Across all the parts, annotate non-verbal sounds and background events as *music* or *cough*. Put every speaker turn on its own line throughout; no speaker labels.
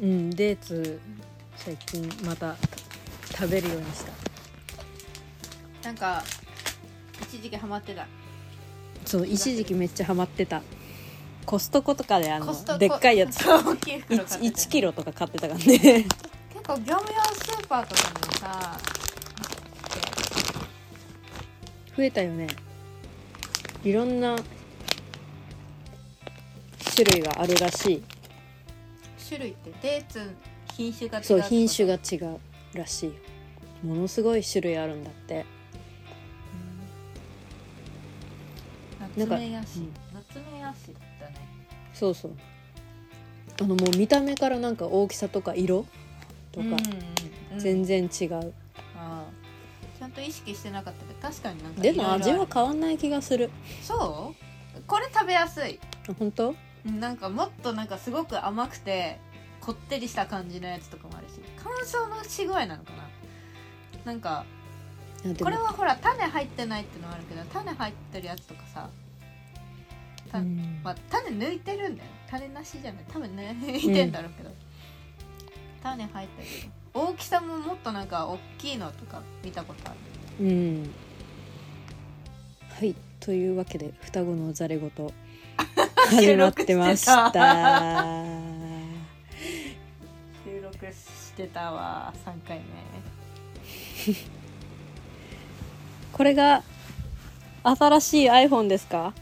うんデーツ最近また食べるようにした
なんか一時期ハマってた
そう一時期めっちゃハマってたコストコとかであ
コスト
の
コ
でっかいや
*laughs*
つ
そう大きい袋買ってた
1, キロとか買ってたからね
結構業務用スーパーとかにさ
*laughs* 増えたよねいろんな種類があるらしい
種類ってデーツ品種が違うってこと
そう品種が違うらしいよものすごい種類あるんだって
うんナ
なんか
ツメヤシ
うん
ナツメヤシだね
そうそうあのもう見た目からなんか大きさとか色とか
うんうん
全然違う、
あーちゃんと意識してなかったけど確かになんか
でも味
色々ある
は変わんない気がする
そうこれ食べやすい
あ本当
うんなんかもっとなんかすごく甘くてこってりした感じのやつとかもあるし乾燥のし具合なのかななんか
あでも
これはほら種入ってないってのはあるけど種入ってるやつとかさ、た
うん
まあ、種抜いてるんだよ種なしじゃない多分ね抜いてんだろうけど、種入ってる大きさももっとなんか大きいのとか見たことある
うんはいというわけで双子のざれ
*laughs*
言始まってまし
収録して
た
収録してたわ3回目
これが新しい iPhone ですか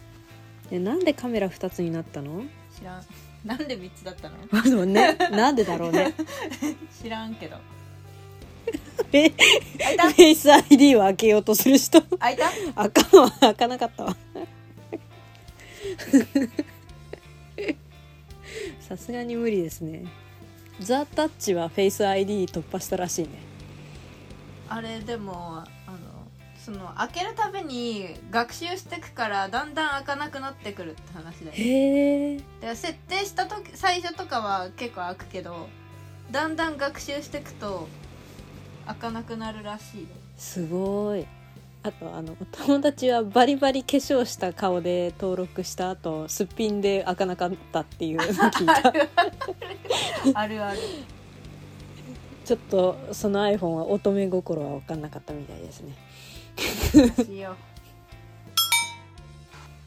ねなんでカメラ2つになっ
*laughs*
たの
知らんなんで3つだったの
でもねなんでだろ
*laughs*
うね
知らんけど
フェ
開いた
フェイス ID を開けようとする人
開いた
開かんわ開かな
*laughs*
かったわさすがに無理ですねザ・タッチはフェイス ID 突破したらしいね
あれでもあのその開けるたびに学習してくからだんだん開かなくなってくるって話だよ
へえ
で設定した時最初とかは結構開くけどだんだん学習してくと開かなくなるらしいよ
すごいあとあのお友達はバリバリ化粧した顔で登録した後すっぴんで開かなかったっ
*laughs*
ていうのを聞いた
あるある
ちょっとその iPhone は乙女心は分かんなかったみたいですね
らしいよ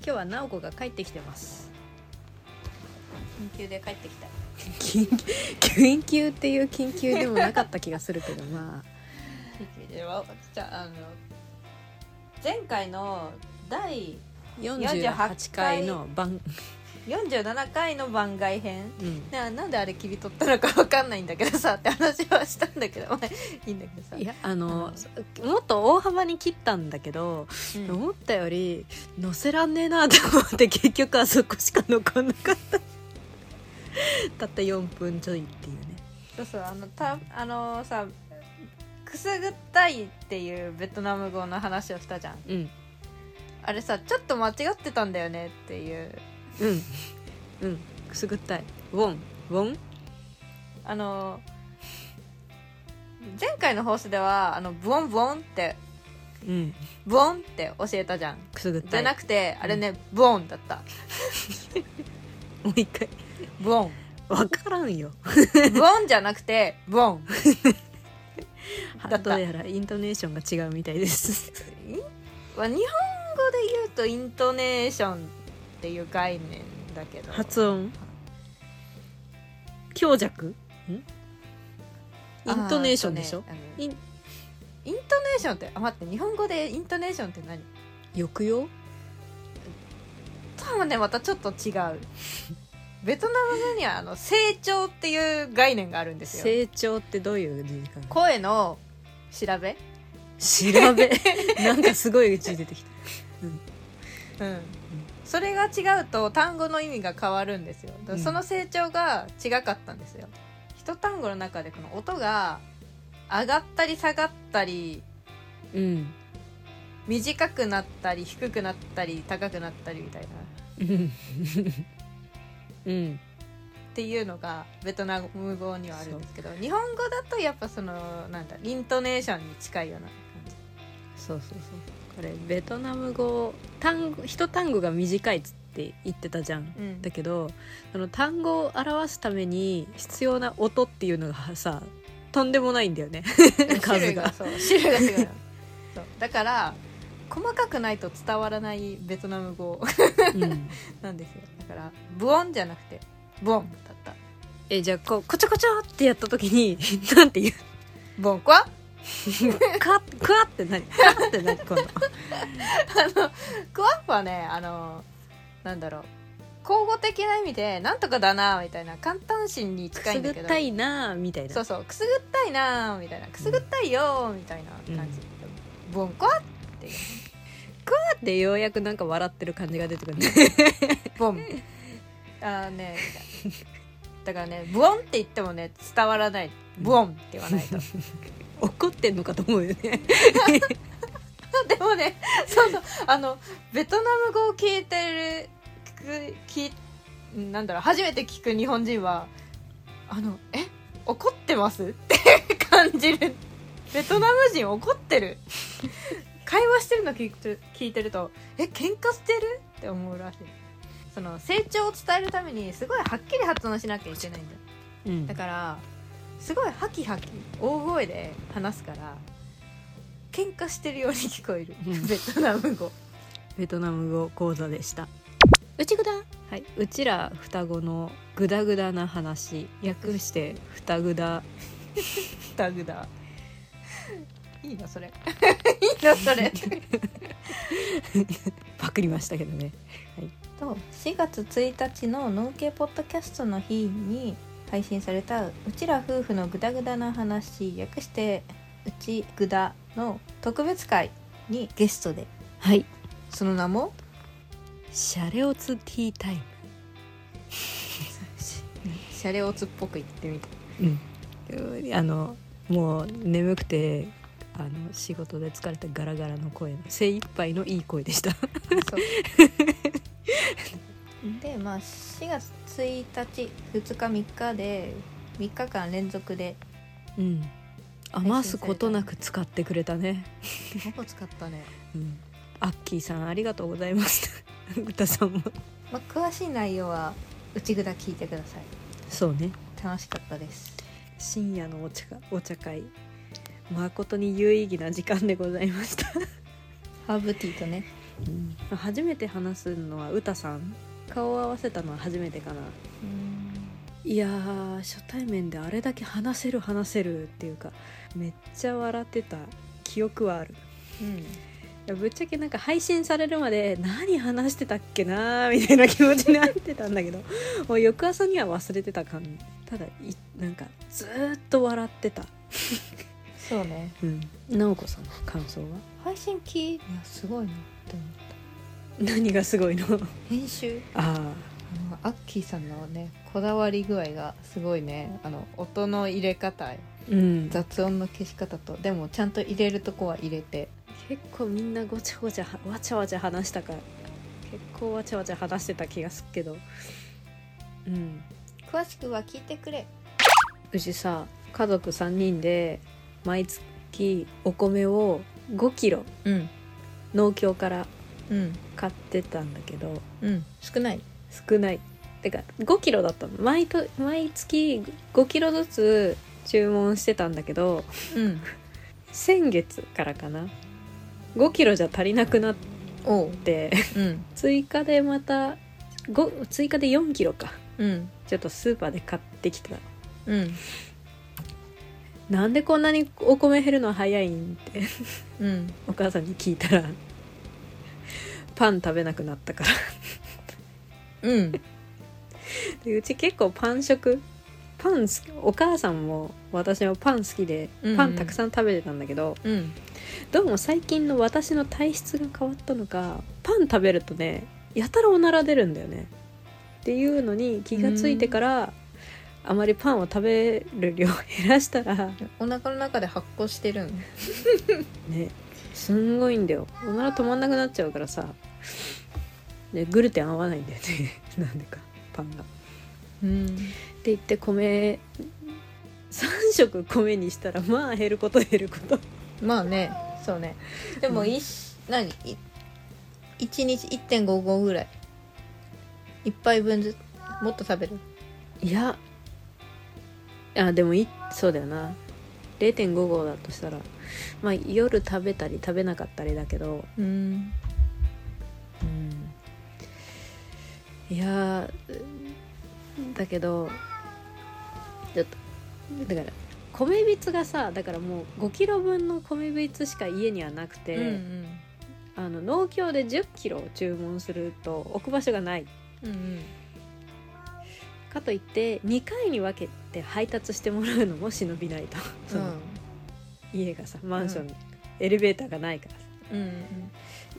今日は直子が帰ってきて
*laughs*
ます緊急で帰ってきた
緊緊急っていう緊急でもなかった気がするけどまあ
ではじゃああの前回の第
48回の番
47回の番外編
うん
ななんであれ切り取ったのかわかんないんだけどさって話はしたんだけどまあいいんだけどさ
いやあの
うん、
そもっと大幅に切ったんだけど、
うん
思ったより載せらんねえなと思って結局あそこしか残んなかったたった4分ちょいっていうね
そうそうあのたあのさくすぐったいっていうベトナム語の話をしたじゃん
うん
あれさちょっと間違ってたんだよねっていう
うんうんくすぐったいウォンウォン
あの前回の放送ではあのブオンブオンって
うん
ブオンって教えたじゃん
くすぐっ
じ
た
ゃ
い
なくてあれね、ブオンだった
もう一回
ブオン
わからんよ
ブオンじゃなくてブオンだった
どうやらイントネーションが違うみたいです
は日本語で言うとイントネーションっていう概念だけど
発音強弱んイントネーションでしょ、
あーとねあの
イン
イントネーションってあ待って日本語でイントネーションって何
抑揚
多分ねまたちょっと違
*laughs*
うベトナム語にはあの成長っていう概念があるんですよ
成長ってどういう字かな
声の調べ
*laughs* 調べ *laughs* なんかすごい字出てきた
うんそれが違うと単語の意味が変わるんですよだからその成長が違かったんですよ、一単語の中でこの音が上がったり下がったり
うん
短くなったり低くなったり高くなったりみたいな
うんうん
っていうのがベトナム語にはあるんですけど日本語だとやっぱそのなんだイントネーションに近いような感じ
そうそうそうこれベトナム語単語一単語が短いっつって言ってたじゃん。
うん
だけどその単語を表すために必要な音っていうのがさとんでもないんだよね
*laughs* 種類
数
が
が。
そう種類が違うのそうだから細かくないと伝わらないベトナム語
*laughs* うん
なんですよだからブオンじゃなくてボンだった
えじゃあこうこちょこちょってやった時に *laughs* なんて言
ボンコア
うかくわって何かって何今度。
あのクワッフはねあのなんだろう口語的な意味で「なんとかだな」みたいな簡単心に
く
近い
す
ん
ぐ
だ
っ
けど
たいなあみたいな。
そうそうくすぐったいなみたいなくすぐったいよみたいな感じ、ボンコアっていう
でようやくなんか笑ってる感じが出てくるね。
ボンあーねみたいなだからねブオンって言ってもね伝わらないブオンって言わないと
*laughs* 怒ってんのかと思うよね。
*laughs* でもねそうそうあのベトナム語を聞いてる聞くなんだろう初めて聞く日本人はあのえ怒ってます *laughs* って感じるベトナム人怒ってる会話してるの聞くと聞いてるとえ喧嘩してるって思うらしいその成長を伝えるためにすごいはっきり発音しなきゃいけないんだよ
うん
だからすごいハキハキ大声で話すから喧嘩してるように聞こえる
うん
ベトナム語
ベトナム語講座でした。うちぐだ。はい、うちら双子のグダグダな話、略して双グダ。
ダグダいいのそ *laughs* れいいのそれ
パクりましたけどね。
と4月1日の農系ポッドキャストの日に配信されたうちら夫婦のグダグダな話略してうちグダの特別会にゲストで
はい、
その名も
シャレオツティータイ
シャレオツっぽく言ってみた
ム。うん、あの、もう眠くて。あの仕事で疲れたガラガラの声精一杯のいい声でした
そう *laughs* でまあ4月1日2日3日で3日間連続で
うん余すことなく使ってくれたね
5個使ったね、
うん、アッキーさんありがとうございました *laughs* 歌さんも
まあ、詳しい内容は内ぐだ聞いてください
そうね
楽しかったです
深夜のお茶かお茶会誠に有意義な時間でございました、
ハーブティーとね
初めて話すのは歌さん顔を合わせたのは初めてかないうやー初対面であれだけ話せる話せるっていうかめっちゃ笑ってた記憶はある
ん
いやぶっちゃけなんか配信されるまで何話してたっけなーみたいな気持ちになってたんだけど *laughs* もう翌朝には忘れてた感ただいなんかずーっと笑ってた、
そうね
うん、直子さんの感想は
配信聞いやすごいなって思った
何がすごいの
編集
あ
あのアッキーさんのねこだわり具合がすごいねあの音の入れ方
ーうん
雑音の消し方とでもちゃんと入れるとこは入れて
結構みんなごちゃごちゃわちゃわちゃ話したから結構わちゃわちゃ話してた気がするけどうん
詳しくは聞いてくれ
うちさ家族3人で毎月お米を5キロ
うん
農協から
うん
買ってたんだけど
うん少ない
少ないてか5キロだったの毎と毎月5キロずつ注文してたんだけど
うん
先月からかな5キロじゃ足りなくなっ
おう
て *laughs*
うん
追加でまた5追加で4キロか
うん
ちょっとスーパーで買ってきた
うん
なんでこんなにお米減るの早いんって
うん
お母さんに聞いたらパン食べなくなったから
うん
でうち結構パン食パン好きお母さんも私もパン好きで
うんうん
パンたくさん食べてたんだけど、
うん
どうも最近の私の体質が変わったのかパン食べるとねやたらおなら出るんだよねっていうのに気がついてから、あまりパンを食べる量を減らしたら
お腹の中で発酵してるん
ねすんごいんだよおなら止まんなくなっちゃうからさでグルテン合わないんだよね *laughs* なんでかパンが。
うん
って言って米3食米にしたらまあ減ること減ること
まあねそうねでもいし何い1日1.55ぐらい一杯分ずもっと食べる
いやあでもいそうだよな0.5合だとしたらまあ夜食べたり食べなかったりだけど
うん
うんいやーだけどちょっとだから米びつがさだからもう5キロ分の米びつしか家にはなくて、
うん
あの農協で1 0キロを注文すると置く場所がない
うんうん
かといって2回に分けて配達してもらうのも忍びないと、その家がさマンション、
うん
エレベーターがないからさ
うん
い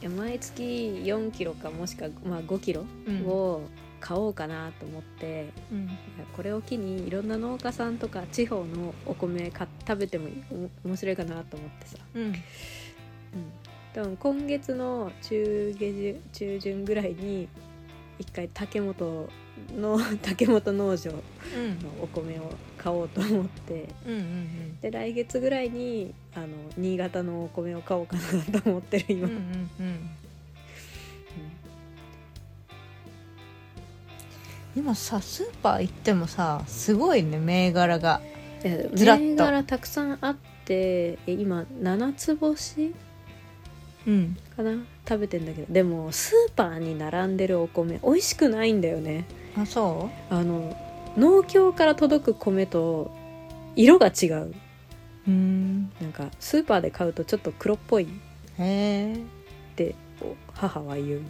や毎月4キロかもしくは、まあ、5キロ
うんうん
を買おうかなと思って、
うん
いやこれを機にいろんな農家さんとか地方のお米買っ食べてもいいおも面白いかなと思ってさ、
うん
うん、でも今月の中下旬中旬ぐらいに一回竹本の竹本農場の
うん
お米を買おうと思って
うんうん
で来月ぐらいにあの新潟のお米を買おうかなと思ってる
うんう
今、
んうんでもさスーパー行ってもさすごいね銘柄が
いや
ずらっと
銘柄たくさんあってえ今七つ星
うん
かな食べてんだけどでもスーパーに並んでるお米美味しくないんだよね
あそ
あの農協から届く米と色が違う
ううん
なんかスーパーで買うとちょっと黒っぽいっ
へえ
てお母は言う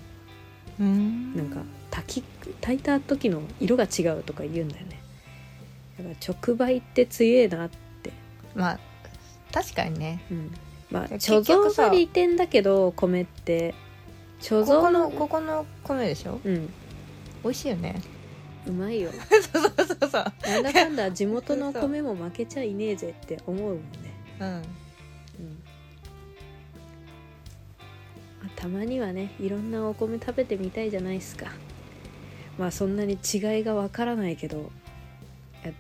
うん
なんか炊き炊いた時の色が違うとか言うんだよねだから直売って強えな、
まあ確かにね
うん、まあ
結
貯
局さ
蔵が利点だけど米って貯
こ
蔵
このここの米でしょ
うん
美味しいよ *laughs* ね
うまいよ
そうそうそうそう
なんだかんだ地元の米も負けちゃいねえぜって思うもんね、
うん
うんまあたまにはねいろんなお米食べてみたいじゃないですかまあそんなに違いがわからないけどいや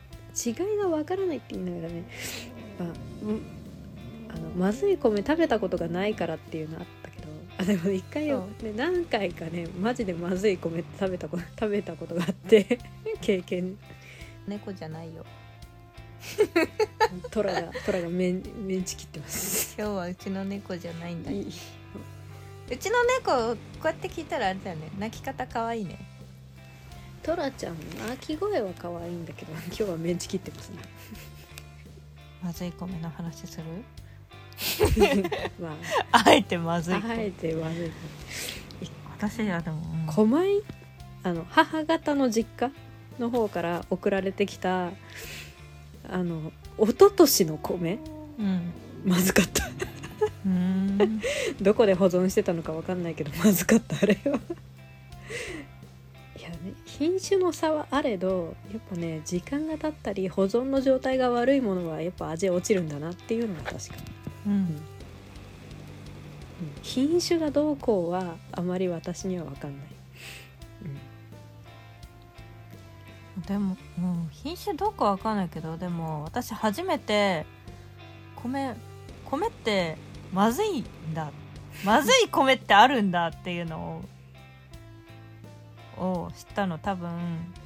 違いがわからないって言いながらね、まあ、うんあのまずい米食べたことがないからっていうのあったけどあでも一回よ、ね、何回かねマジでまずい米食べたこと食べたことがあって経験
猫じゃないよ
トラがトラがメンメンチ切ってます。
今日はうちの猫じゃないんだ
いいう
ちの猫こうやって聞いたらあれだよね泣き方可愛いね
*laughs* トラちゃんの鳴き声は可愛いんだけど今日はメンチ切ってますね
まずい米の話する
*laughs* ま
*laughs* あえてま
あ
ずい米、
あえて悪い
私はでも、
狛江あの母方の実家の方から送られてきたあの一昨年の米
うん
まずかった
うーん
どこで保存してたのかわかんないけど *laughs* まずかったあれは *laughs* いやね品種の差はあれどやっぱね時間が経ったり保存の状態が悪いものはやっぱ味落ちるんだなっていうのは確か
*laughs* うん
品種がどうこうはあまり私には分かんない、
でも、うん、品種どうかわかんないけどでも私初めて米米ってまずいんだまずい米ってあるんだっていうのをを知ったの多分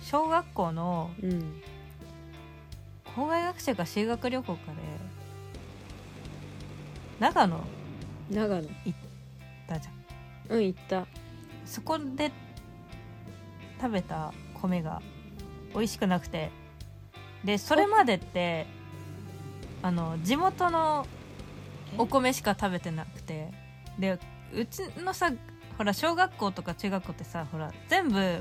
小学校の
うん
校外学生か修学旅行かで長野
長野
だじゃん
うん行った
そこで食べた米が美味しくなくてでそれまでってあの地元のお米しか食べてなくてでうちのさほら小学校とか中学校ってさほら全部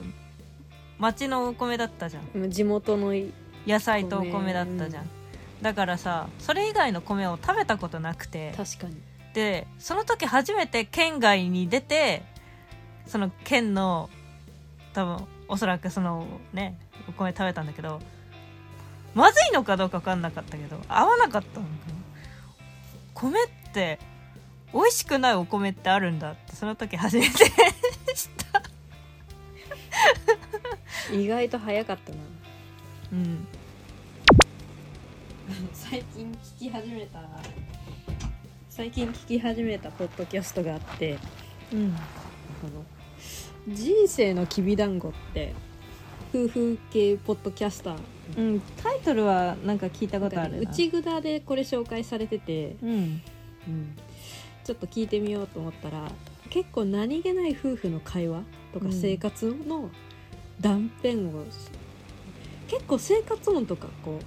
町のお米だったじゃん
地元のい
野菜とお米だったじゃん、
うん
だからさそれ以外の米を食べたことなくて
確かに
でその時初めて県外に出てその県の多分おそらくそのねお米食べたんだけどまずいのかどうか分かんなかったけど合わなかったのかな米って美味しくないお米ってあるんだってその時初めて知った
意外と早かったな
*laughs* うん
最近聞き始めた最近聞き始めたポッドキャストがあって
うん
あの人生のきびだんごって夫婦系ポッドキャスター
うん、タイトルはなんか聞いたことあるな
内蔵でこれ紹介されてて、
うん
うんちょっと聞いてみようと思ったら結構何気ない夫婦の会話とか
うん
生活の断片を、結構生活音とかこ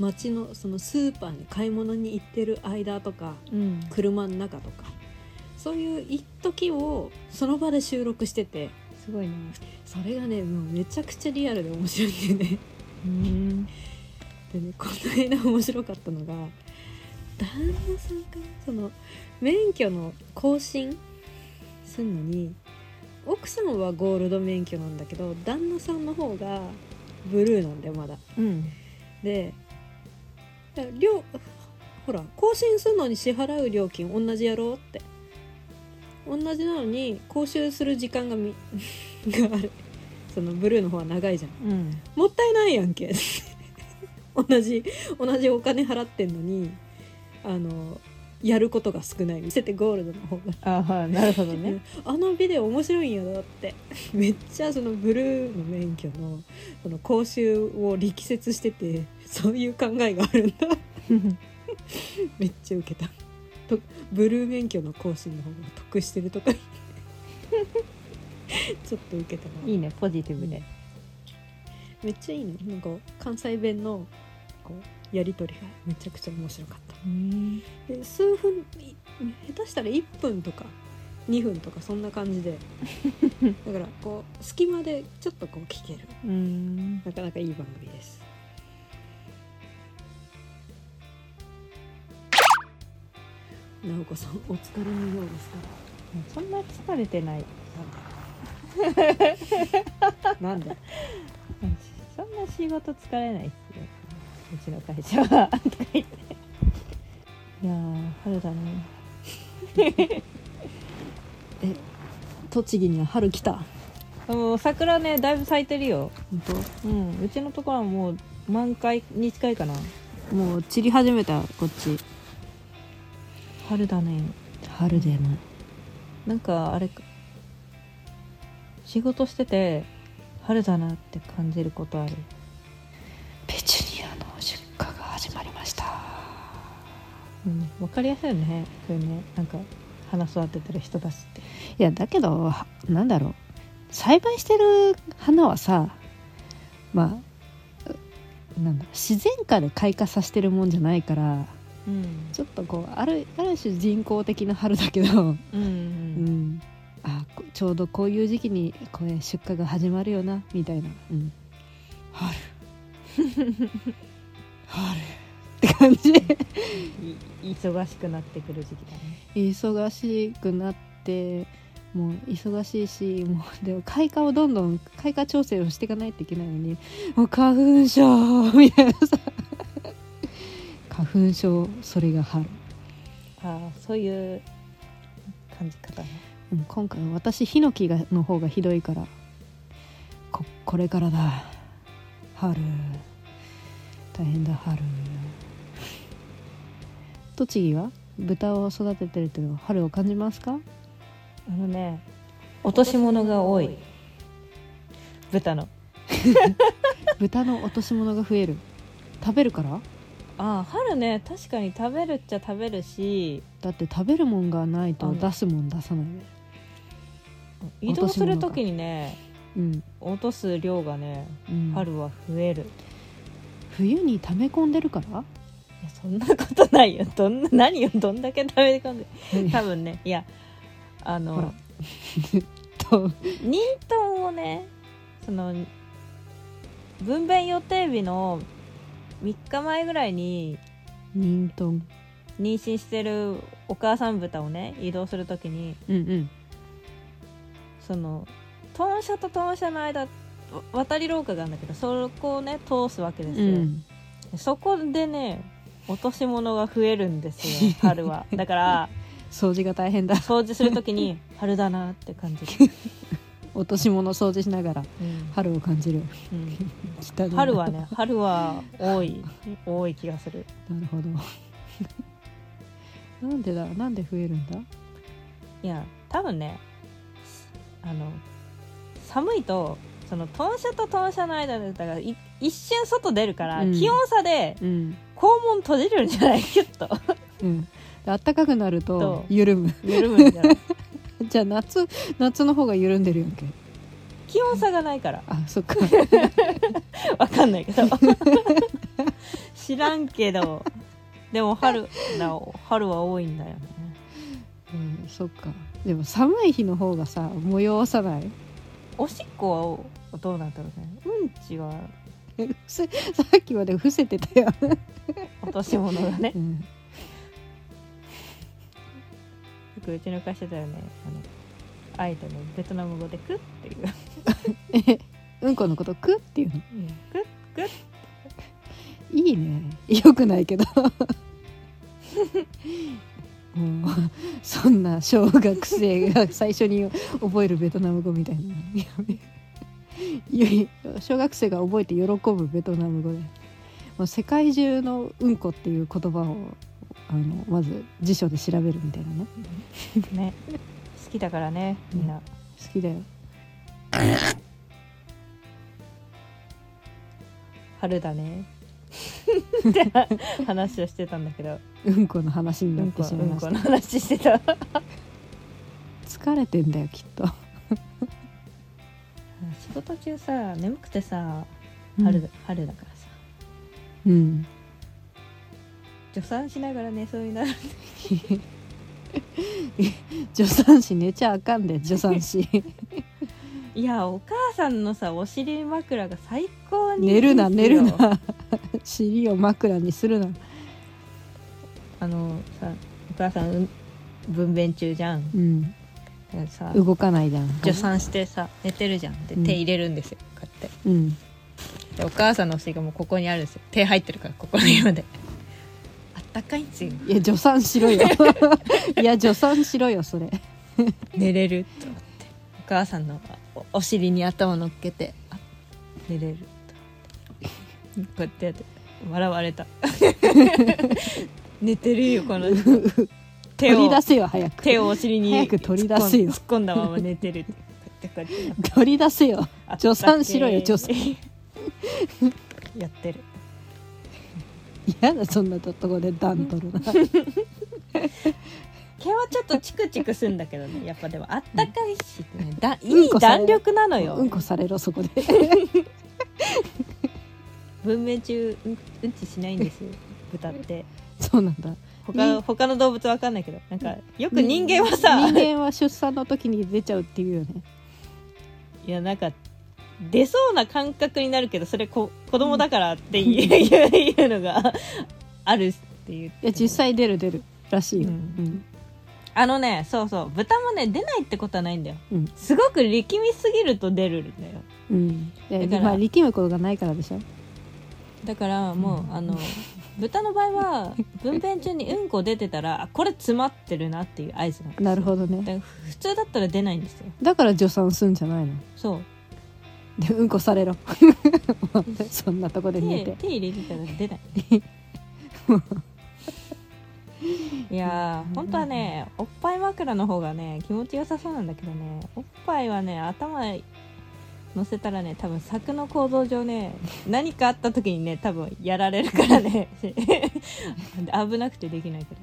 う街のそのスーパーに買い物に行ってる間とか
うん
車の中とかそういう一時をその場で収録してて
すごいね
それがねもうめちゃくちゃリアルで面白いんでね。 *laughs*
うん
でねこの間面白かったのが旦那さんかなその免許の更新すんのに奥さんはゴールド免許なんだけど旦那さんの方がブルーなんだよまだ。
うん
でいや料ほら更新するのに支払う料金同じやろうって同じなのに講習する時間がみ *laughs* があるそのブルーの方は長いじゃん。
うん
もったいないやんけ *laughs* 同じ同じお金払ってんのにあのやることが少ない見せてゴールドの方が
ああなるほど *laughs* ね
あのビデオ面白いんやろって *laughs* めっちゃそのブルーの免許のその講習を力説しててそういう考えがあるんだ *laughs* めっちゃウケたとブルー免許の講師の方が得してるとか *laughs* ちょっとウケたない
いねポジティブで
めっちゃいいねなんか関西弁のこうやり取りがめちゃくちゃ面白かった
うん
で数分い下手したら1分とか2分とかそんな感じでだからこう隙間でちょっとこう聞ける
うん
なかなかいい番組です直子さんお疲れのようですか
そんな疲れてない
なんで
そんな仕事疲れないっすようちの会社 *laughs* はとか言っていやー春だね
栃木には春来た
もう桜ねだいぶ咲いてるよ
本
うんうちのところはもう満開に近いかな
当もう散り始めたこっち
春だね
春でも
なんかあれか仕事してて春だなって感じることある
ペチュニアの出荷が始まりました
うんわかりやすいよねそういうねなんか花育ててる人だしって
いやだけどはなんだろう栽培してる花はさまあうなんだ自然界で開花させてるもんじゃないから
うん
ちょっとこうあるある種人工的な春だけど、
うん
う
うん
ん、あこちょうどこういう時期にこれ出荷が始まるよなみたいな、うん、春 *laughs* 春って感じ。
い忙しくなってくる時期だね
忙しくなってもう忙しいしもうでも開花をどんどん開花調整をしていかないといけないのにもう花粉症みたいなさ花粉症それが春
ああそういう感じ方ね
うん今回は私ヒノキがの方がひどいからここれからだ春大変だ春栃木は豚を育ててるけど春を感じますか
あのね落とし物が多い豚の
豚の落とし物が増える食べるから
ああ春ね確かに食べるっちゃ食べるし
だって食べるもんがない
あ
と出すもん出さないね
移動する時にね
うん、
落とす量がね
うん、
春は増える、
冬に溜め込んでるから *laughs*
いやそんなことないよどんな何よどんだけ食べ込んで多分ねいやあ
ほら
の
と
ニントンをねその分娩予定日の3日前ぐらいに
忍トン
妊娠してるお母さん豚をね移動する時に
うん
その豚舎と豚舎の間わ渡り廊下があるんだけどそこをね通すわけ
う
で
ん
すよ、そこでね落とし物が増えるんですよ春はだから
掃除が大変だ
掃除する時に春だなって感じる、
落とし物掃除しながら春を感じる
うん
北の
春はね春は多い多い気がする
*laughs* なるほど *laughs* なんでだなんで増えるんだ
いや多分ねあの寒いとその豚車と豚車の間でだからい一瞬外出るから、
うん
気温差で
うん
肛門閉じるんじゃない *laughs* キュッと
うんで暖かくなると
そう
緩む *laughs*
緩むんじゃない
じゃあ夏夏の方が緩んでるやんけ
*laughs* 気温差がないから
あそっか
わかんないけど *laughs* 知らんけどでも春な春は多いんだよね
うんそっかでも寒い日の方がさ催さない *laughs*
おしっこはどうなんだろうねうんちは
伏せさっきまで伏せてたよ、
落とし物 *laughs* がね
うん、
よくうちの会社ではねあのアイドルベトナム語でクッっていう
えうんこのことくっていうの
クッ
いいねよくないけどもう *laughs* そんな小学生が最初に覚えるベトナム語みたいなのやめよ小学生が覚えて喜ぶベトナム語でもう世界中の「うんこ」っていう言葉をあのまず辞書で調べるみたいなね
ね好きだからねみんな
好きだよ
春だね *laughs* って話をしてたんだけど
うんこの話に
う
なっ
んこ
てし
う
まい
ん
ました、
この話してた
疲れてんだよきっと
仕事中さ眠くてさ春だ,、春だからさ
うん
助産しながら寝そうになる
助産師寝ちゃあかんで助産師
いやお母さんのさお尻枕が最高にいい
寝るな寝る
んですよ
な *laughs* 尻を枕にするな
あのさお母さんうん分娩中じゃん
うん
だからさ
動かないじゃん
助産してさ寝てるじゃんで
うん
手入れるんですよ、こうやっ
うん
てでお母さんのお尻がもうここにあるんですよ手入ってるからここにまで *laughs* あったかいんですよ
いや助産し
*laughs*
ろよいや助産しろよそれ
寝れると思ってお母さんのおお尻に頭乗っけてあ寝れると思ってこうやってやって笑われた *laughs* 寝てるよこの人手
取り
を
出せよ早く
手をお尻に
早く取り出せよ
突っ込んだまま寝てるこうやってこうやって
取り出せよ
あったけー
助産しろよ助産
やってる
嫌だそんなとこで段取るな
毛はちょっとチクチクすんだけど
*laughs*
ねやっぱでもあったかいし、ねだ
う
い
ん
い
こされる
弾力なのよ、
うんこされろそこで
文明中うんうんちしないんですよ豚って
そうなんだ
他の他の動物わかんないけどなんかよく人間はさ、
人間は出産の時に出ちゃうっていうよね
*laughs* いやなんか出そうな感覚になるけどそれこ子供だからって *laughs* いう,、いうのが *laughs* あるっていう
いや実際出る出るらしいよ、
う
うんん
あのねそうそう豚もね出ないってことはないんだよ、
うん
すごく力みすぎると出るんだよ
うんで
だから
まあ力むことがないからでしょ
だからもう、あの豚の場合は分娩中にうんこ出てたらあこれ詰まってるなっていう合図なんですよ
なるほどね
だから普通だったら出ないんですよ
だから助産すんじゃないの
そう
でうんこされろ
*laughs*
そんなとこで寝
手
て
手入れてたら出ないいやー本当はねおっぱい枕の方がね気持ちよさそうなんだけどねおっぱいはね頭乗せたらね多分柵の構造上ね何かあった時にね多分やられるからね *laughs* 危なくてできないけど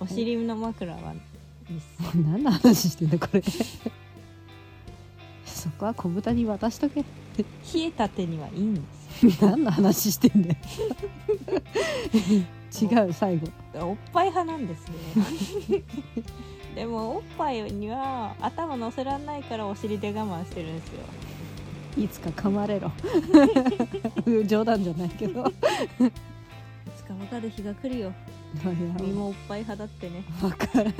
お尻の枕はいいっす
何の話してんだこれ *laughs* そこは小豚に渡しとけ
冷えた手にはいいんです
何の話して
*laughs*
んだよ違う最後
おっぱい派なんですよ *laughs* でもおっぱいには頭乗せらんないからお尻で我慢してるんですよ
いつか噛ま
*laughs*
れろ冗談じゃないけどい
いつか分かる日が来るよ
や
身もおっぱい派だってね
分からんなち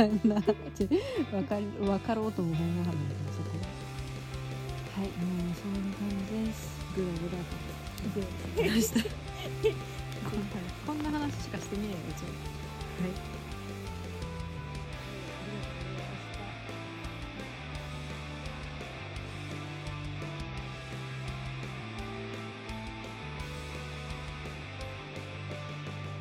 ょ分かり分かろうとも思わないそこはいもうそんな感じですグダグダとこんな話しかしてねえようちは。はい。